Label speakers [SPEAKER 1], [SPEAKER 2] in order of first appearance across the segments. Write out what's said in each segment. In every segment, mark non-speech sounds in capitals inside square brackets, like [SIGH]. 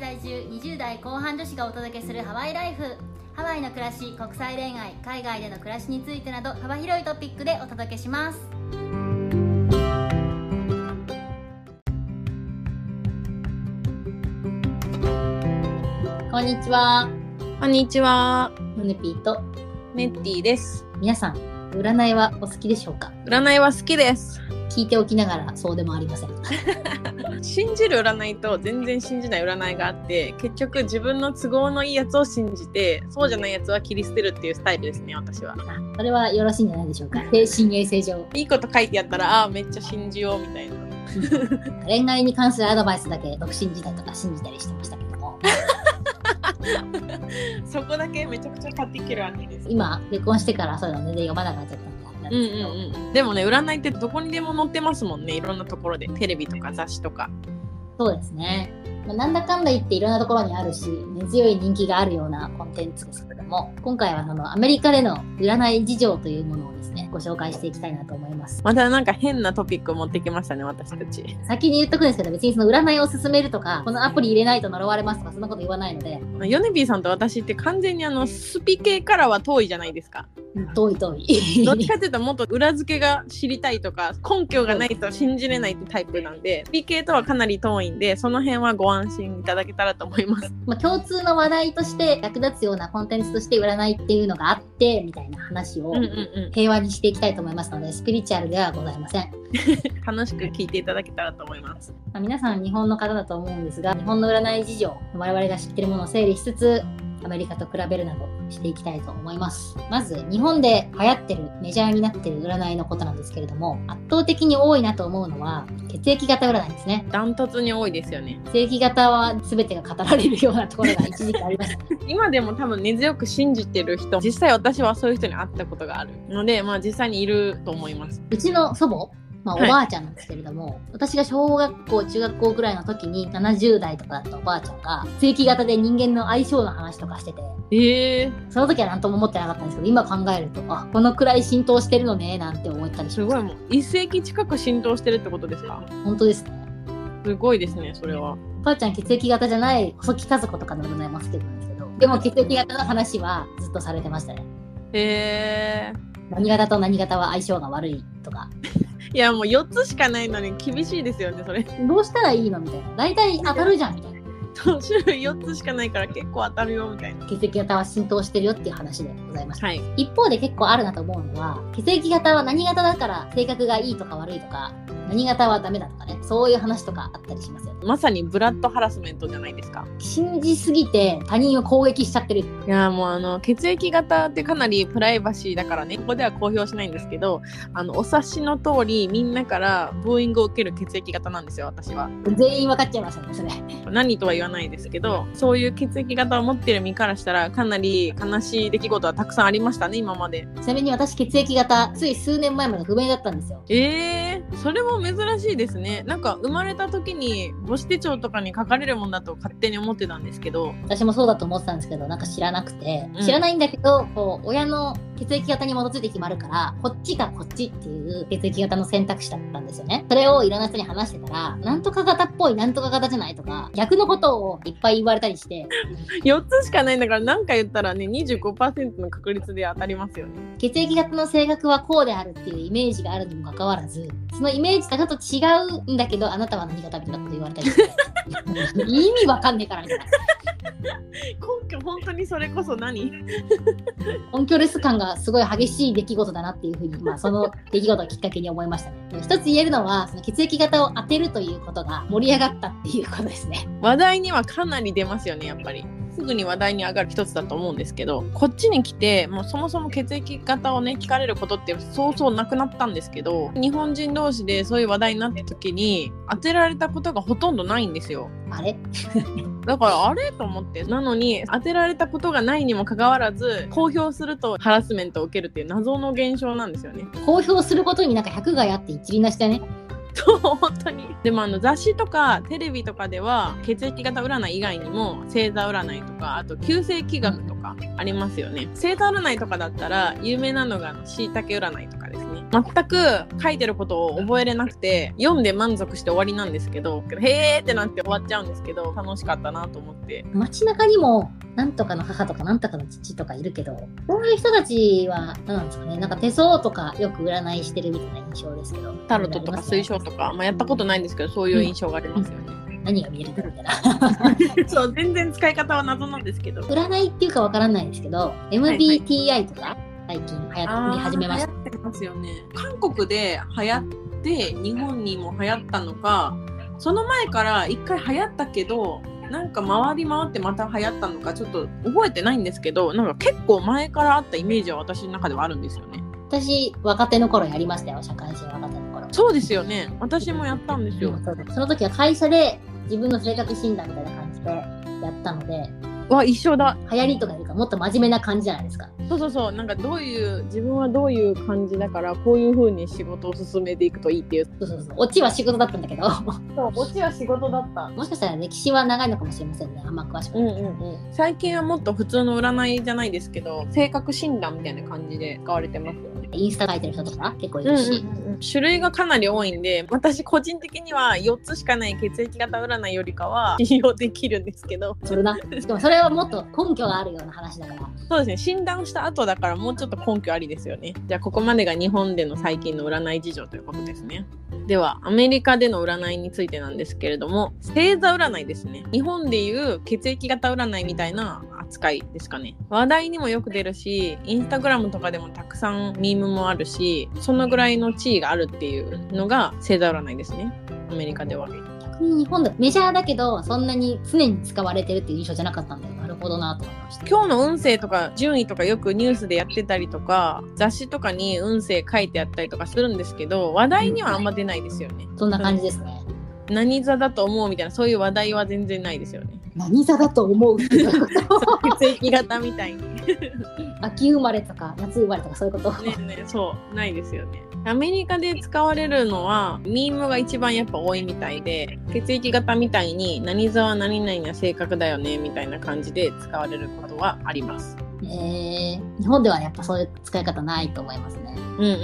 [SPEAKER 1] 20代後半女子がお届けするハワイライフハワイの暮らし国際恋愛海外での暮らしについてなど幅広いトピックでお届けしますこんにちは
[SPEAKER 2] こんにちは、
[SPEAKER 1] ムネピーと
[SPEAKER 2] メッティです。
[SPEAKER 1] 皆さん占いはお好きでしょうか
[SPEAKER 2] 占いは好きです。
[SPEAKER 1] 聞いておきながらそうでもありません
[SPEAKER 2] 信じる占いと全然信じない占いがあって、結局自分の都合のいいやつを信じて、そうじゃないやつは切り捨てるっていうスタイルですね、私は。
[SPEAKER 1] それはよろしいんじゃないでし [LAUGHS] ょうか精神衛生上
[SPEAKER 2] いいこと書いてやったら、ああー、めっちゃ信じようみたいな。
[SPEAKER 1] [LAUGHS] 恋愛に関するアドバイスだけ独身時代とか信じたりしてましたけども
[SPEAKER 2] そこだけめちゃくちゃパティキュラーにです。
[SPEAKER 1] 今結婚してからそういうの全然読まなくなっちゃったんであれなん
[SPEAKER 2] うんう
[SPEAKER 1] ですけど、
[SPEAKER 2] んうん、でもね占いってどこにでも載ってますもんねいろんなところでテレビとか雑誌とか
[SPEAKER 1] そうですね、まあ、なんだかんだ言っていろんなところにあるし根強い人気があるようなコンテンツですけども今回はそのアメリカでの占い事情というものをですねご紹介していきたいなと思います
[SPEAKER 2] またなんか変なトピック持ってきましたね私たち
[SPEAKER 1] 先に言っとくんですけど別にその占いを勧めるとかこのアプリ入れないと呪われますとかそんなこと言わないので
[SPEAKER 2] ヨネビーさんと私って完全にあのスピ系からは遠いじゃないですか。
[SPEAKER 1] 遠い遠い
[SPEAKER 2] どっちかっていうともっと裏付けが知りたいとか根拠がないと信じれないってタイプなんでスピ系とはかなり遠いんでその辺はご安心いただけたらと思います。
[SPEAKER 1] まあ、共通の話題として役立つようなコンテンツとして占いっていうのがあってみたいな話を
[SPEAKER 2] うんうんう
[SPEAKER 1] 平和にしていきたいと思いますのでスピリチュアルではございません、
[SPEAKER 2] ん、楽しく聞いていただけたらと思います。
[SPEAKER 1] まあ、皆さん日本の方だと思うんですが日本の占い事情我々が知ってるものを整理しつつアメリカと比べるなどしていきたいと思いますまず日本で流行ってるメジャーになってる占いのことなんですけれども圧倒的に多いなと思うのは血液型占いですね
[SPEAKER 2] ダントツに多いですよね。
[SPEAKER 1] 血液型は全てが語られるようなところが一時期ありました
[SPEAKER 2] 今でも多分根強く信じてる人実際私はそういう人に会ったことがあるのでまあ実際にいると思います。
[SPEAKER 1] うちの祖母、まあ、お
[SPEAKER 2] はい
[SPEAKER 1] ばあちゃんなんですけれども、私が小学校中学校ぐらいの時に70代とかだったおばあちゃんが正規型で人間の相性の話とかしてて
[SPEAKER 2] ええ
[SPEAKER 1] その時は何とも思ってなかったんですけど今考えるとあこのくらい浸透してるのねなんて思ったりし
[SPEAKER 2] す
[SPEAKER 1] ま
[SPEAKER 2] ごい
[SPEAKER 1] す
[SPEAKER 2] もう一世紀近く浸透してるってことですか
[SPEAKER 1] 本当ですね
[SPEAKER 2] すごいですねそれは。
[SPEAKER 1] おばあちゃん血液型じゃない細木家族とかでもございますけどでも血液型の話はずっとされてましたね
[SPEAKER 2] へえ
[SPEAKER 1] 何型と何型は相性が悪いとか
[SPEAKER 2] いやもう4つしかないのに厳しいですよねそれ
[SPEAKER 1] どうしたらいいのみたいな大体当たるじゃんみたいな
[SPEAKER 2] そう種類4つしかないから結構当たるよみたいな
[SPEAKER 1] 血液型は浸透してるよっていう話でございました
[SPEAKER 2] はい
[SPEAKER 1] 一方で結構あるなと思うのは血液型は何型だから性格がいいとか悪いとか何型はダメだとかねそういう話とかあったりしますよね
[SPEAKER 2] まさにブラッドハラスメントじゃないですか
[SPEAKER 1] 信じすぎて他人を攻撃しちゃってる
[SPEAKER 2] いやもうあの血液型ってかなりプライバシーだからねここでは公表しないんですけどあのお察しの通りみんなからブーイングを受ける血液型なんですよ私は
[SPEAKER 1] 全員分かっちゃいましたねそれ [LAUGHS]
[SPEAKER 2] 何とは言わないですけどそういう血液型を持ってる身からしたらかなり悲しい出来事はたくさんありましたね今まで
[SPEAKER 1] ちなみに私血液型つい数年前まで不明だったんですよ
[SPEAKER 2] えー、それも珍しいですねなんか生まれた時に母子手帳とかに書かれるもんだと勝手に思ってたんですけど
[SPEAKER 1] 私もそうだと思ってたんですけどなんか知らなくて、
[SPEAKER 2] うん
[SPEAKER 1] 知らないんだけどこう親の血液型に基づいて決まるからこっちかこっちっていう血液型の選択肢だったんですよねそれをいろんな人に話してたらなんとか型っぽいなんとか型じゃないとか逆のことをいっぱい言われたりして
[SPEAKER 2] 4つしかないんだから何か言ったらね25%の確率で当たりますよね
[SPEAKER 1] 血液型の性格はこうであるっていうイメージがあるにもかかわらずそのイメージとちょっと違うんだけどあなたは何型みたいなこと言われたりして
[SPEAKER 2] [LAUGHS]
[SPEAKER 1] 意味わかんねえからみたいな
[SPEAKER 2] 根拠本当にそれこそ何
[SPEAKER 1] 音響レス感がすごい激しい出来事だなっていうふうに、まあ、その出来事をきっかけに思いましたね。一つ言えるのは、その血液型を当てるということが盛り上がったっていうことですね。
[SPEAKER 2] 話題にはかなり出ますよねやっぱりすぐに話題に上がる一つだと思うんですけどこっちに来てもうそもそも血液型をね聞かれることってそうそうなくなったんですけど日本人同士でそういう話題になった時に当てられたことがほとんどないんですよ
[SPEAKER 1] あれ
[SPEAKER 2] だからあれと思ってなのに当てられたことがないにもかかわらず公表するとハラスメントを受けるっていう謎の現象なんですよね。
[SPEAKER 1] 公表することになんか百害あって一輪なしだね。
[SPEAKER 2] そう本当にでもあの雑誌とかテレビとかでは血液型占い以外にも星座占いとかあと旧世紀学とかありますよね。星座占いとかだったら有名なのがしいたけ占いとかですね。全く書いてることを覚えれなくて読んで満足して終わりなんですけどへーってなって終わっちゃうんですけど楽しかったなと思って
[SPEAKER 1] 街中にも、なんとかの母とか、なんとかの父とかいるけど、そういう人たちは、なんなんですかね、なんか手相とかよく占いしてるみたいな印象ですけど。
[SPEAKER 2] タロットとか水晶とか、まあ、やったことないんですけどそういう印象がありますよね。
[SPEAKER 1] 何が見えるかみたいな。
[SPEAKER 2] [LAUGHS] そう全然使い方は謎なんですけど。
[SPEAKER 1] 占いっていうかわからないですけど、MBTI とか、最近流行り始めました。
[SPEAKER 2] 流行ってますよね。韓国で流行って日本にも流行ったのか、その前から一回流行ったけど。なんか回り回ってまた流行ったのかちょっと覚えてないんですけどなんか結構前からあったイメージは私の中ではあるんですよね
[SPEAKER 1] 私、若手の頃やりましたよ、社会人若手の頃。
[SPEAKER 2] そうですよね私もやったんですよ
[SPEAKER 1] その時は会社で自分の性格診断みたいな感じでやったので、
[SPEAKER 2] わ一緒だ
[SPEAKER 1] 流行りとかよりかもっと真面目な感じじゃないですか。
[SPEAKER 2] そうそうそうなんかどういう自分はどういう感じだからこういう風に仕事を進めていくといいっていう
[SPEAKER 1] そうそうそう。オチは仕事だったんだけど、 [LAUGHS]
[SPEAKER 2] そうオチは仕事だった
[SPEAKER 1] もしかしたら歴史は長いのかもしれませんね。あんま詳しく
[SPEAKER 2] うん
[SPEAKER 1] な
[SPEAKER 2] う
[SPEAKER 1] いけど。
[SPEAKER 2] んうん最近はもっと普通の占いじゃないですけど性格診断みたいな感じで使われてますよね
[SPEAKER 1] インスタ書いてる人とか結構いるし、
[SPEAKER 2] 種類がかなり多いんで私個人的には4つしかない血液型占いよりかは信用できるんですけど
[SPEAKER 1] それな。しかもそれはもっと根拠があるような話だから。
[SPEAKER 2] そうですね診断した後だからもうちょっと根拠ありですよねじゃあここまでが日本での最近の占い事情ということですねではアメリカでの占いについてなんですけれども星座占いですね日本でいう血液型占いみたいな扱いですかね話題にもよく出るしインスタグラムとかでもたくさんミームもあるしそのぐらいの地位があるっていうのが星座占いですねアメリカでは
[SPEAKER 1] 逆に日本でメジャーだけど、そんなに常に使われてるっていう印象じゃなかったんだよ。なるほどなと思いました。
[SPEAKER 2] 今日の運勢とか順位とかよくニュースでやってたりとか雑誌とかに運勢書いてあったりとかするんですけど話題にはあんま出ないですよね
[SPEAKER 1] そんな感じですね。
[SPEAKER 2] 何座だと思うみたいなそういう話題は全然ないですよね
[SPEAKER 1] 何座だと思う
[SPEAKER 2] 血液型みたいにね
[SPEAKER 1] 秋生まれとか夏生まれとかそういうこと。
[SPEAKER 2] えねえそうないですよねアメリカで使われるのはミームが一番やっぱ多いみたいで血液型みたいに何座は何々な性格だよねみたいな感じで使われることはあります
[SPEAKER 1] [LAUGHS] えー、日本ではやっぱそういう使い方ないと思いますね。
[SPEAKER 2] うんうんう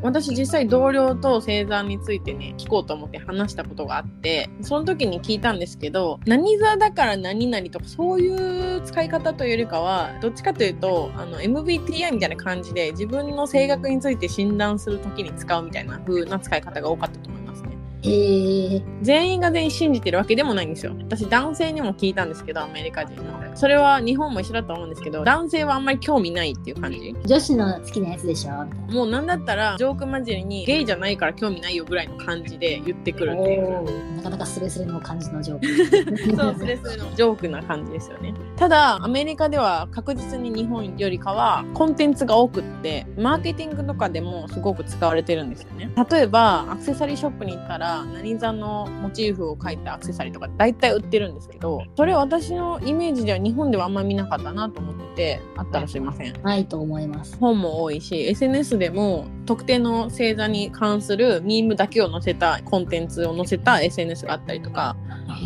[SPEAKER 2] ん、私実際同僚と星座についてね聞こうと思って話したことがあってその時に聞いたんですけど何座だから何々とかそういう使い方というよりかはどっちかというとあの MBTI みたいな感じで自分の性格について診断する時に使うみたいな風な使い方が多かったと思いますね。
[SPEAKER 1] えー、
[SPEAKER 2] 全員が全員信じてるわけでもないんですよ。私男性にも聞いたんですけどアメリカ人の。それは日本も一緒だと思うんですけど男性はあんまり興味ないっていう感じ。
[SPEAKER 1] 女子の好きなやつでしょみたいな。
[SPEAKER 2] もうなんだったらジョーク交じりにゲイじゃないから興味ないよぐらいの感じで言ってくるっていう。
[SPEAKER 1] なかなかスレスレの感じのジョーク。
[SPEAKER 2] [LAUGHS] そうスレスレのジョークな感じですよねただアメリカでは確実に日本よりかはコンテンツが多くってマーケティングとかでもすごく使われてるんですよね例えばアクセサリーショップに行ったら何座のモチーフを描いたアクセサリーとか大体売ってるんですけどそれ私のイメージでは日本ではあんま見なかったなと思っててあったらすいません
[SPEAKER 1] ないと思います。
[SPEAKER 2] 本も多いし SNS でも特定の星座に関するミームだけを載せたコンテンツを載せた SNS があったりとか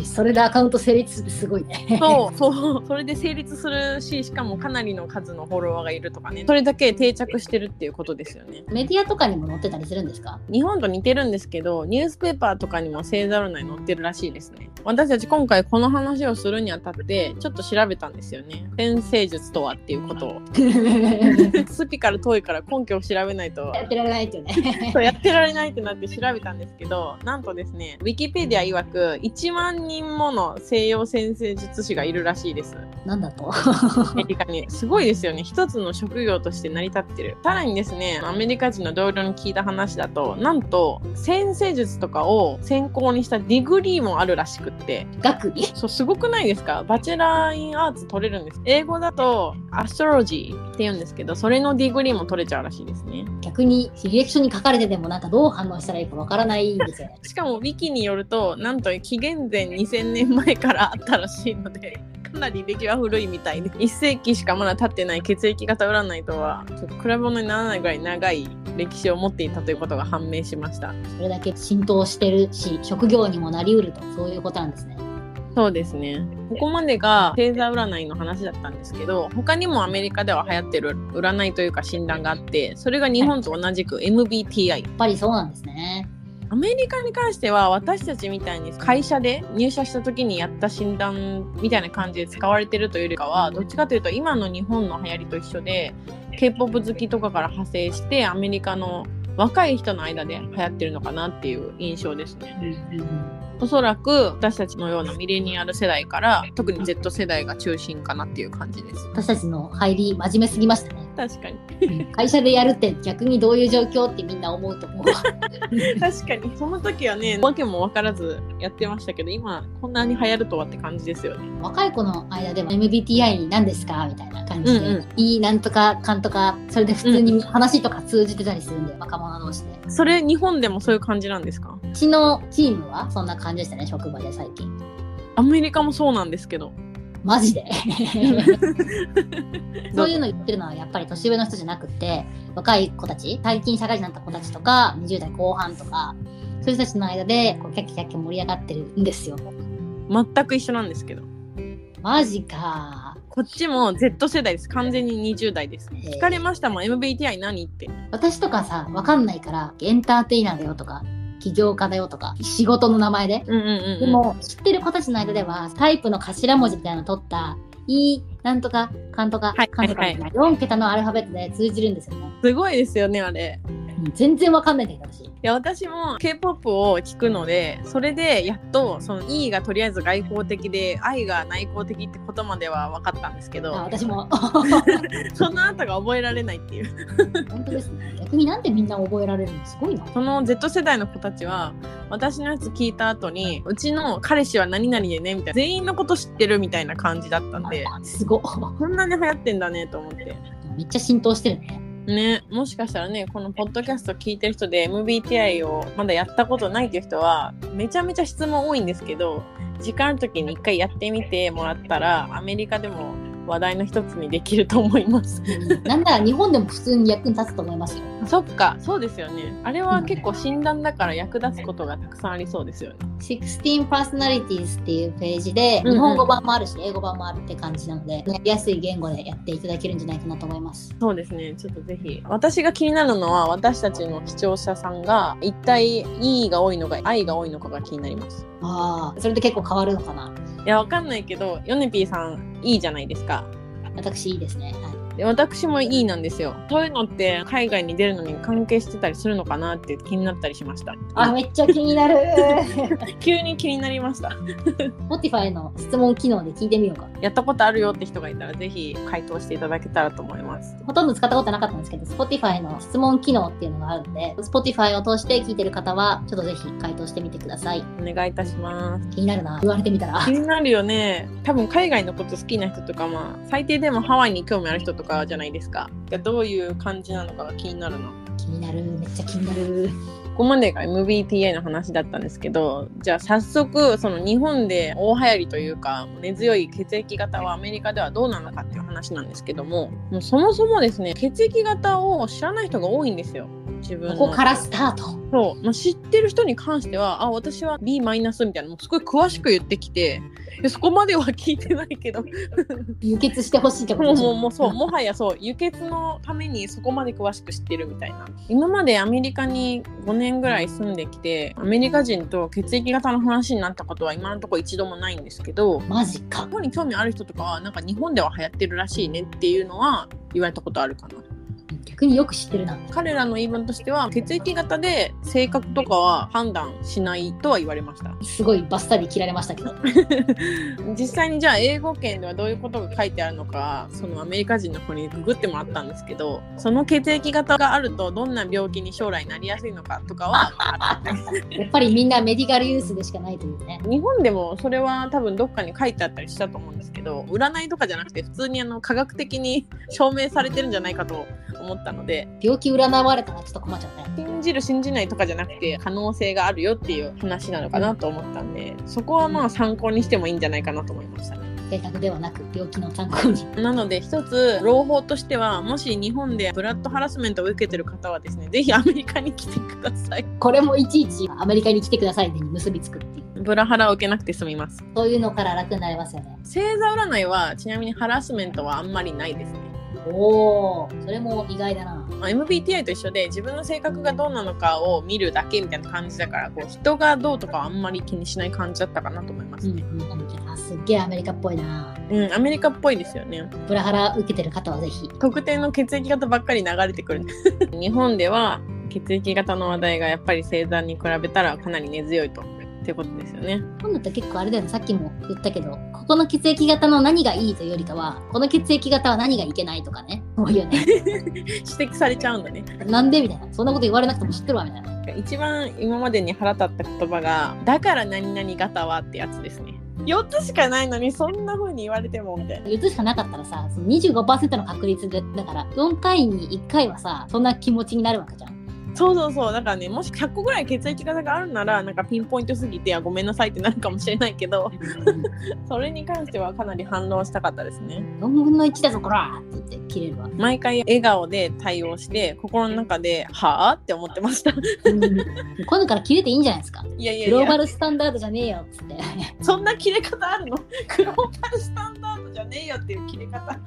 [SPEAKER 1] それでアカウント成立するってすごいね。
[SPEAKER 2] [LAUGHS] そうそうそれで成立するししかもかなりの数のフォロワーがいるとかねそれだけ定着してるっていうことですよね。
[SPEAKER 1] [LAUGHS] メディアとかにも載ってたりするんです [LAUGHS] か
[SPEAKER 2] 日本と似てるんですけどニュースペーパーとかにも星座占い載ってるらしいですね私たち今回この話をするにあたってちょっと調べたんですよね先生術とはっていうこと [LAUGHS] を
[SPEAKER 1] や
[SPEAKER 2] スピから遠いから根拠を調べないと
[SPEAKER 1] ってられないっていうね。
[SPEAKER 2] そうやってられないってなって調べたんですけどなんとですねウィキペディア曰く1万人もの西洋先生術師がいるらしいです
[SPEAKER 1] なんだと
[SPEAKER 2] アメリカにすごいですよね一つの職業として成り立ってるさらにですねアメリカ人の同僚に聞いた話だとなんと先生術とかを専攻にしたディグリーもあるらしくって
[SPEAKER 1] 学位
[SPEAKER 2] そうすごくないですかバチェラー・イン・アーツ取れるんです英語だとアストロジーって言うんですけどそれのディグリーも取れちゃうらしいですね
[SPEAKER 1] 逆に履歴書に書かれててもなんかどう反応したらいいかわからないんですよね。
[SPEAKER 2] しかもウィキによるとなんと紀元前2000年前からあったらしいのでかなり歴は古いみたいで1世紀しかまだ経ってない血液型占いとはちょっと比べ物にならないぐらい長い歴史を持っていたということが判明しました
[SPEAKER 1] それだけ浸透してるし職業にもなりうるとそういうことなんですね。
[SPEAKER 2] そうですね。ここまでが星座占いの話だったんですけど、他にもアメリカでは流行ってる占いというか診断があって、それが日本と同じく MBTI。
[SPEAKER 1] っぱりそうなんですね。
[SPEAKER 2] アメリカに関しては私たちみたいに会社で入社した時にやった診断みたいな感じで使われてるというよりかはどっちかというと今の日本の流行りと一緒で k p o p 好きとかから派生してアメリカの若い人の間で流行ってるのかなっていう印象ですね。おそらく私たちのようなミレニアル世代から特に Z 世代が中心かなっていう感じです。
[SPEAKER 1] 私たちの入り真面目すぎましたね。
[SPEAKER 2] 確かに [LAUGHS]
[SPEAKER 1] 会社でやるって逆にどういう状況ってみんな思うと思う。
[SPEAKER 2] 確かにその時はね訳も分からずやってましたけど今こんなに流行るとはって感じですよね。
[SPEAKER 1] [LAUGHS] 若い子の間でも MBTI 何ですかみたいな感じで、
[SPEAKER 2] うんうん
[SPEAKER 1] いいなんとかかんとかそれで普通に話とか通じてたりするんで、若者同士で
[SPEAKER 2] それ日本でもそういう感じなんですか
[SPEAKER 1] うちのチームはそんな感じでしたね職場で最近
[SPEAKER 2] アメリカもそうなんですけど
[SPEAKER 1] マ
[SPEAKER 2] [LAUGHS]
[SPEAKER 1] ジで
[SPEAKER 2] ど
[SPEAKER 1] そういうの言ってるのはやっぱり年上の人じゃなくて若い子たち最近社会人になった子たちとか20代後半とかそういう人たちの間でこうキャッキャキャッキャ盛り上がってるんですよ
[SPEAKER 2] 全く一緒なんですけど
[SPEAKER 1] マジか
[SPEAKER 2] こっちも Z 世代です完全に20代です
[SPEAKER 1] へえ
[SPEAKER 2] 聞かれましたもん MBTI 何って
[SPEAKER 1] 私とかさわかんないからエンターテイナーだよとか起業家だよとか仕事の名前で
[SPEAKER 2] うんうん
[SPEAKER 1] でも知ってる子たちの間ではタイプの頭文字みたいなの取った「い」なんとか「かんとか」
[SPEAKER 2] はい
[SPEAKER 1] かんとか」みたいな4桁のアルファベットで通じるんですよね。
[SPEAKER 2] すごいですよねあれ
[SPEAKER 1] うん全然わかんないんだけど私。
[SPEAKER 2] いや私も k p o p を聞くのでそれでやっとその E がとりあえず外交的で I が内向的ってことまでは分かったんですけ
[SPEAKER 1] あ
[SPEAKER 2] ど
[SPEAKER 1] 私も [LAUGHS]
[SPEAKER 2] その後が覚えられないっていう
[SPEAKER 1] 本当ですね逆になんでみんな覚えられるのすごいな
[SPEAKER 2] その Z 世代の子たちは私のやつ聞いた後にうちの彼氏は何々でねみたいな全員のこと知ってるみたいな感じだったんです
[SPEAKER 1] ごっ
[SPEAKER 2] こんなに流行ってんだねと思って
[SPEAKER 1] [LAUGHS] めっちゃ浸透してるね
[SPEAKER 2] ねもしかしたらねこのポッドキャスト聞いてる人で MBTI をまだやったことないっていう人はめちゃめちゃ質問多いんですけど時間ある時に一回やってみてもらったらアメリカでも話題の一つにできると思います
[SPEAKER 1] うんなんなら日本でも普通に役に立つと思いますよ
[SPEAKER 2] そっかそうですよねあれは結構診断だから役立つことがたくさんありそうですよね
[SPEAKER 1] 16 Personalities っていうページで
[SPEAKER 2] うんうん
[SPEAKER 1] 日本語版もあるし英語版もあるって感じなのでやりやすい言語でやっていただけるんじゃないかなと思います
[SPEAKER 2] そうですね、ちょっとぜひ。私が気になるのは、私たちの視聴者さんが、一体 E が多いのか、I が多いのかが気になります。
[SPEAKER 1] ああそれで結構変わるのかない
[SPEAKER 2] や、わかんないけど、ヨネピーさん、E じゃないですか。
[SPEAKER 1] 私いいですね、は
[SPEAKER 2] で私も E なんですよ。そういうのって、海外に出るのに関係してたりするのかなって気になったりしました。
[SPEAKER 1] い、あめっちゃ気になる [LAUGHS]
[SPEAKER 2] 急に気になりました。
[SPEAKER 1] Spotify の質問機能で聞いてみようか
[SPEAKER 2] やったことあるよって人がいたら、ぜひ回答していただけたらと思います。
[SPEAKER 1] ほとんど使ったことなかったんですけど Spotify の質問機能っていうのがあるんで Spotify を通して聞いてる方はちょっとぜひ回答してみてください
[SPEAKER 2] お願いいたします。
[SPEAKER 1] 気になるな言われてみたら [LAUGHS]
[SPEAKER 2] 気になるよね。多分海外のこと好きな人とか、まあ、最低でもハワイに興味ある人とかじゃないですか。がどういう感じなのかが気になるの。
[SPEAKER 1] 気になるめっちゃ気になる
[SPEAKER 2] ここまでが MBTA の話だったんですけど、じゃあ早速、その日本で大流行りというか、根強い血液型はアメリカではどうなのかっていう話なんですけども、もうそもそもですね、血液型を知らない人が多いんですよ。自分の
[SPEAKER 1] ここからスタート
[SPEAKER 2] そう、まあ、知ってる人に関してはあ私は B マイナスみたいなもうすごい詳しく言ってきていやそこまでは聞いてないけど
[SPEAKER 1] 輸血してほしいってこ
[SPEAKER 2] も
[SPEAKER 1] と
[SPEAKER 2] う
[SPEAKER 1] でし
[SPEAKER 2] も
[SPEAKER 1] ょ
[SPEAKER 2] うもうそうもはやそう輸血のためにそこまで詳しく知ってるみたいな今までアメリカに5年ぐらい住んできてアメリカ人と血液型の話になったことは今のところ一度もないんですけど
[SPEAKER 1] マジか
[SPEAKER 2] 日本に興味ある人とかはなんか日本では流行ってるらしいねっていうのは言われたことあるかな
[SPEAKER 1] 逆によく知ってるな
[SPEAKER 2] 彼らの言い分としては血液型で性格とかは判断しないとは言われました
[SPEAKER 1] すごいバッサリ切られましたけど
[SPEAKER 2] [LAUGHS] 実際にじゃあ英語圏ではどういうことが書いてあるのかそのアメリカ人の子にググってもらったんですけどその血液型があるとどんな病気に将来なりやすいのかとかは
[SPEAKER 1] やっぱりみんなメディカルユースでしかないというね
[SPEAKER 2] 日本でもそれは多分どっかに書いてあったりしたと思うんですけど占いとかじゃなくて普通にあの科学的に [LAUGHS] 証明されてるんじゃないかと思ったので
[SPEAKER 1] 病気占われたらちょっと困っちゃうね
[SPEAKER 2] 信じる信じないとかじゃなくて可能性があるよっていう話なのかなと思ったんでそこはまあ参考にしてもいいんじゃないかなと思いましたね。
[SPEAKER 1] 選択ではなく病気の参考に
[SPEAKER 2] なので一つ朗報としてはもし日本でブラッドハラスメントを受けてる方はですねぜひアメリカに来てください
[SPEAKER 1] これもいちいちアメリカに来てくださいねに結びつくっていう
[SPEAKER 2] ブラハラを受けなくて済みます
[SPEAKER 1] そういうのから楽になりますよね
[SPEAKER 2] 星座占いはちなみにハラスメントはあんまりないですね
[SPEAKER 1] おおそれも意外だな
[SPEAKER 2] まあ MBTI と一緒で自分の性格がどうなのかを見るだけみたいな感じだからこう人がどうとかはあんまり気にしない感じだったかなと思いま
[SPEAKER 1] う
[SPEAKER 2] す
[SPEAKER 1] ん
[SPEAKER 2] ね、
[SPEAKER 1] うんうんあすっげえアメリカっぽいな
[SPEAKER 2] うんアメリカっぽいですよね
[SPEAKER 1] プラハラ受けてる方はぜひ
[SPEAKER 2] 特定の血液型ばっかり流れてくる [LAUGHS] 日本では血液型の話題がやっぱり星座に比べたらかなり根強いとっていうことですよね
[SPEAKER 1] 今度って結構あれだよねさっきも言ったけどここの血液型の何がいいというよりかはこの血液型は何がいけないとかねそういうね
[SPEAKER 2] 指摘されちゃうんだね
[SPEAKER 1] [LAUGHS] なんでみたいなそんなこと言われなくても知ってるわみたいな
[SPEAKER 2] 一番今までに腹立った言葉が「だから何々型は」ってやつですね4つしかないのにそんな風に言われてもみたいな
[SPEAKER 1] 4つしかなかったらさその25%の確率でだから4回に1回はさそんな気持ちになるわけじゃん
[SPEAKER 2] そうそうそうだからねもし100個ぐらい血液型があるならなんかピンポイントすぎてあごめんなさいってなるかもしれないけどそれに関してはかなり反論したかったですね
[SPEAKER 1] 4分の1だぞこらーって言って切れる [LAUGHS] わ
[SPEAKER 2] 毎回笑顔で対応して心の中で「はあ?」って思ってました
[SPEAKER 1] うん今度から切れていいんじゃないですか
[SPEAKER 2] いやいや
[SPEAKER 1] グロ
[SPEAKER 2] い
[SPEAKER 1] ーバ
[SPEAKER 2] や
[SPEAKER 1] ルスタンダードじゃねえよっつって
[SPEAKER 2] そんな切れ方あるの [LAUGHS] グローバルスタンダードじゃねえよっていう切れ方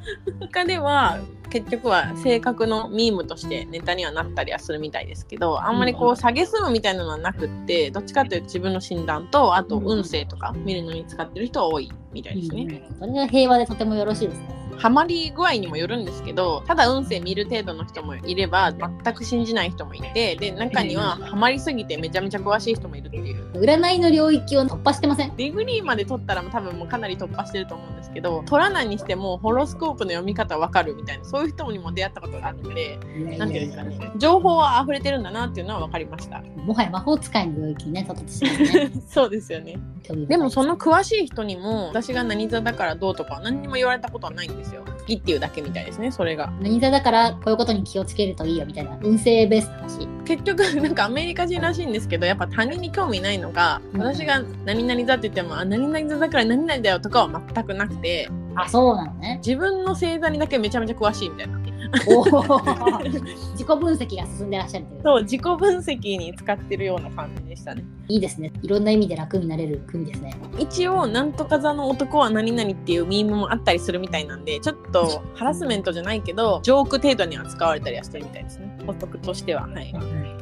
[SPEAKER 2] 他では結局は性格のミームとしてネタにはなったりはするみたいですけどあんまりこう下げすむみたいなのはなくってどっちかというと自分の診断とあと運勢とか見るのに使ってる人は多いみたいですね。
[SPEAKER 1] うんそれが平和でとてもよろしいですね
[SPEAKER 2] ハマり具合にもよるんですけどただ運勢見る程度の人もいれば全く信じない人もいてで中にはハマりすぎてめちゃめちゃ詳しい人もいるっていう
[SPEAKER 1] 占いの領域を突破してません
[SPEAKER 2] ディグリーまで取ったらもう多分もうかなり突破してると思うんですけど取らないにしてもホロスコープの読み方わかるみたいなそういう人にも出会ったことがあるのでなんていうんですかね情報は溢れてるんだなっていうのは分かりました
[SPEAKER 1] もはや魔法使いの領域にね、たとってしまう
[SPEAKER 2] [LAUGHS]
[SPEAKER 1] ね。
[SPEAKER 2] そうですよね
[SPEAKER 1] 興味深い
[SPEAKER 2] でもその詳しい人にも私が何座だからどうとかは何にも言われたことはないんですよ好きっていうだけみたいですねそれが
[SPEAKER 1] 何座だからこういうことに気をつけるといいよみたいな運勢ベースの話。
[SPEAKER 2] 結局 [LAUGHS] なんかアメリカ人らしいんですけどやっぱ他人に興味ないのが
[SPEAKER 1] うん
[SPEAKER 2] 私が何々だって言ってもあ何々座だから何々だよとかは全くなくて
[SPEAKER 1] あ、そうなの
[SPEAKER 2] [LAUGHS]
[SPEAKER 1] ね。
[SPEAKER 2] 自分の星座にだけめちゃめちゃ詳しいみたいな
[SPEAKER 1] おー自己分析が進んでらっしゃるという。
[SPEAKER 2] そう自己分析に使ってるような感じでしたね
[SPEAKER 1] いいですね。いろんな意味で楽になれる組ですね。
[SPEAKER 2] 一応なんとか座の男は何々っていうミームもあったりするみたいなんでちょっとハラスメントじゃないけどジョーク程度には使われたりはしてるみたいですね補足としてははい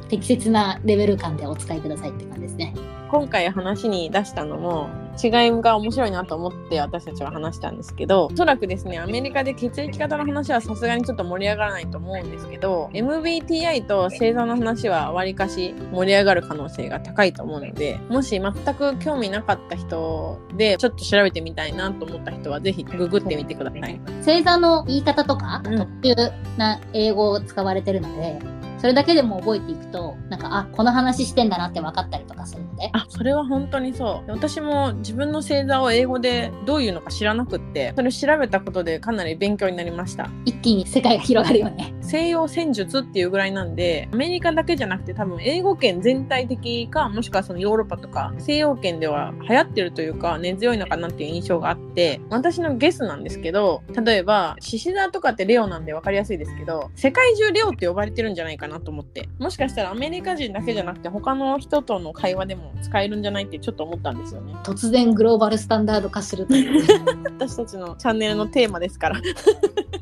[SPEAKER 1] 適切なレベル感でお使いくださいって感じですね。
[SPEAKER 2] 今回話に出したのも違いが面白いなと思って私たちは話したんですけどおそらくですねアメリカで血液型の話はさすがにちょっと盛り上がらないと思うんですけど MBTI と星座の話はわりかし盛り上がる可能性が高いと思うのでもし全く興味なかった人でちょっと調べてみたいなと思った人はぜひググってみてください。
[SPEAKER 1] 星座の言い方とか、
[SPEAKER 2] うん
[SPEAKER 1] 特急な英語を使われてるので、それだけでも覚えていくと、なんか、あ、この話してんだなって分かったりとかするので、
[SPEAKER 2] あそれは本当にそう私も自分の星座を英語でどういうのか知らなくってそれを調べたことでかなり勉強になりました
[SPEAKER 1] 一気に世界が広がるよね。
[SPEAKER 2] 西洋戦術っていうぐらいなんでアメリカだけじゃなくて多分英語圏全体的かもしくはそのヨーロッパとか西洋圏では流行ってるというか根強いのかなっていう印象があって私のゲスなんですけど例えば獅子座とかってレオなんで分かりやすいですけど世界中レオって呼ばれてるんじゃないかなと思ってもしかしたらアメリカ人だけじゃなくて他の人との会話でも使えるんじゃないってちょっと思ったんですよね
[SPEAKER 1] 突然グローバルスタンダード化するという
[SPEAKER 2] 私たちのチャンネルのテーマですから
[SPEAKER 1] [LAUGHS]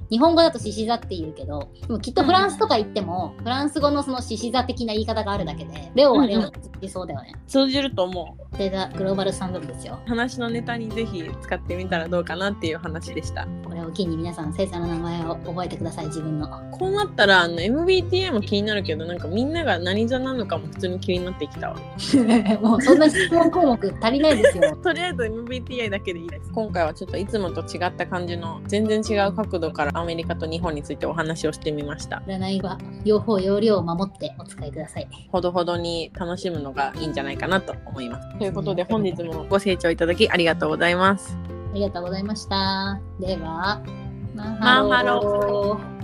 [SPEAKER 1] 日本語だと獅子座って言うけどでもきっとフランスとか行っても、フランス語のその獅子座的な言い方があるだけでレオはレオって言いそうだよね、
[SPEAKER 2] 通じると思う
[SPEAKER 1] それがグローバルスタンダードですよ
[SPEAKER 2] 話のネタにぜひ使ってみたらどうかなっていう話でした
[SPEAKER 1] これを機に皆さん星座の名前を覚えてください自分 [LAUGHS] の
[SPEAKER 2] こうなったらあの MBTI も気になるけどなんかみんなが何座なのかも普通に気になってきたわ
[SPEAKER 1] もうそんな質問項目足りないですよ
[SPEAKER 2] とりあえず MBTI だけでいいです今回はちょっといつもと違った感じの全然違う角度からアメリカと日本についてお話をしてみました
[SPEAKER 1] 占いは両方要領を守ってお使いください
[SPEAKER 2] ほどほどに楽しむのがいいんじゃないかなと思いますということで本日もご清聴いただきありがとうございます
[SPEAKER 1] ありがとうございましたではマ
[SPEAKER 2] マンハロ
[SPEAKER 1] ー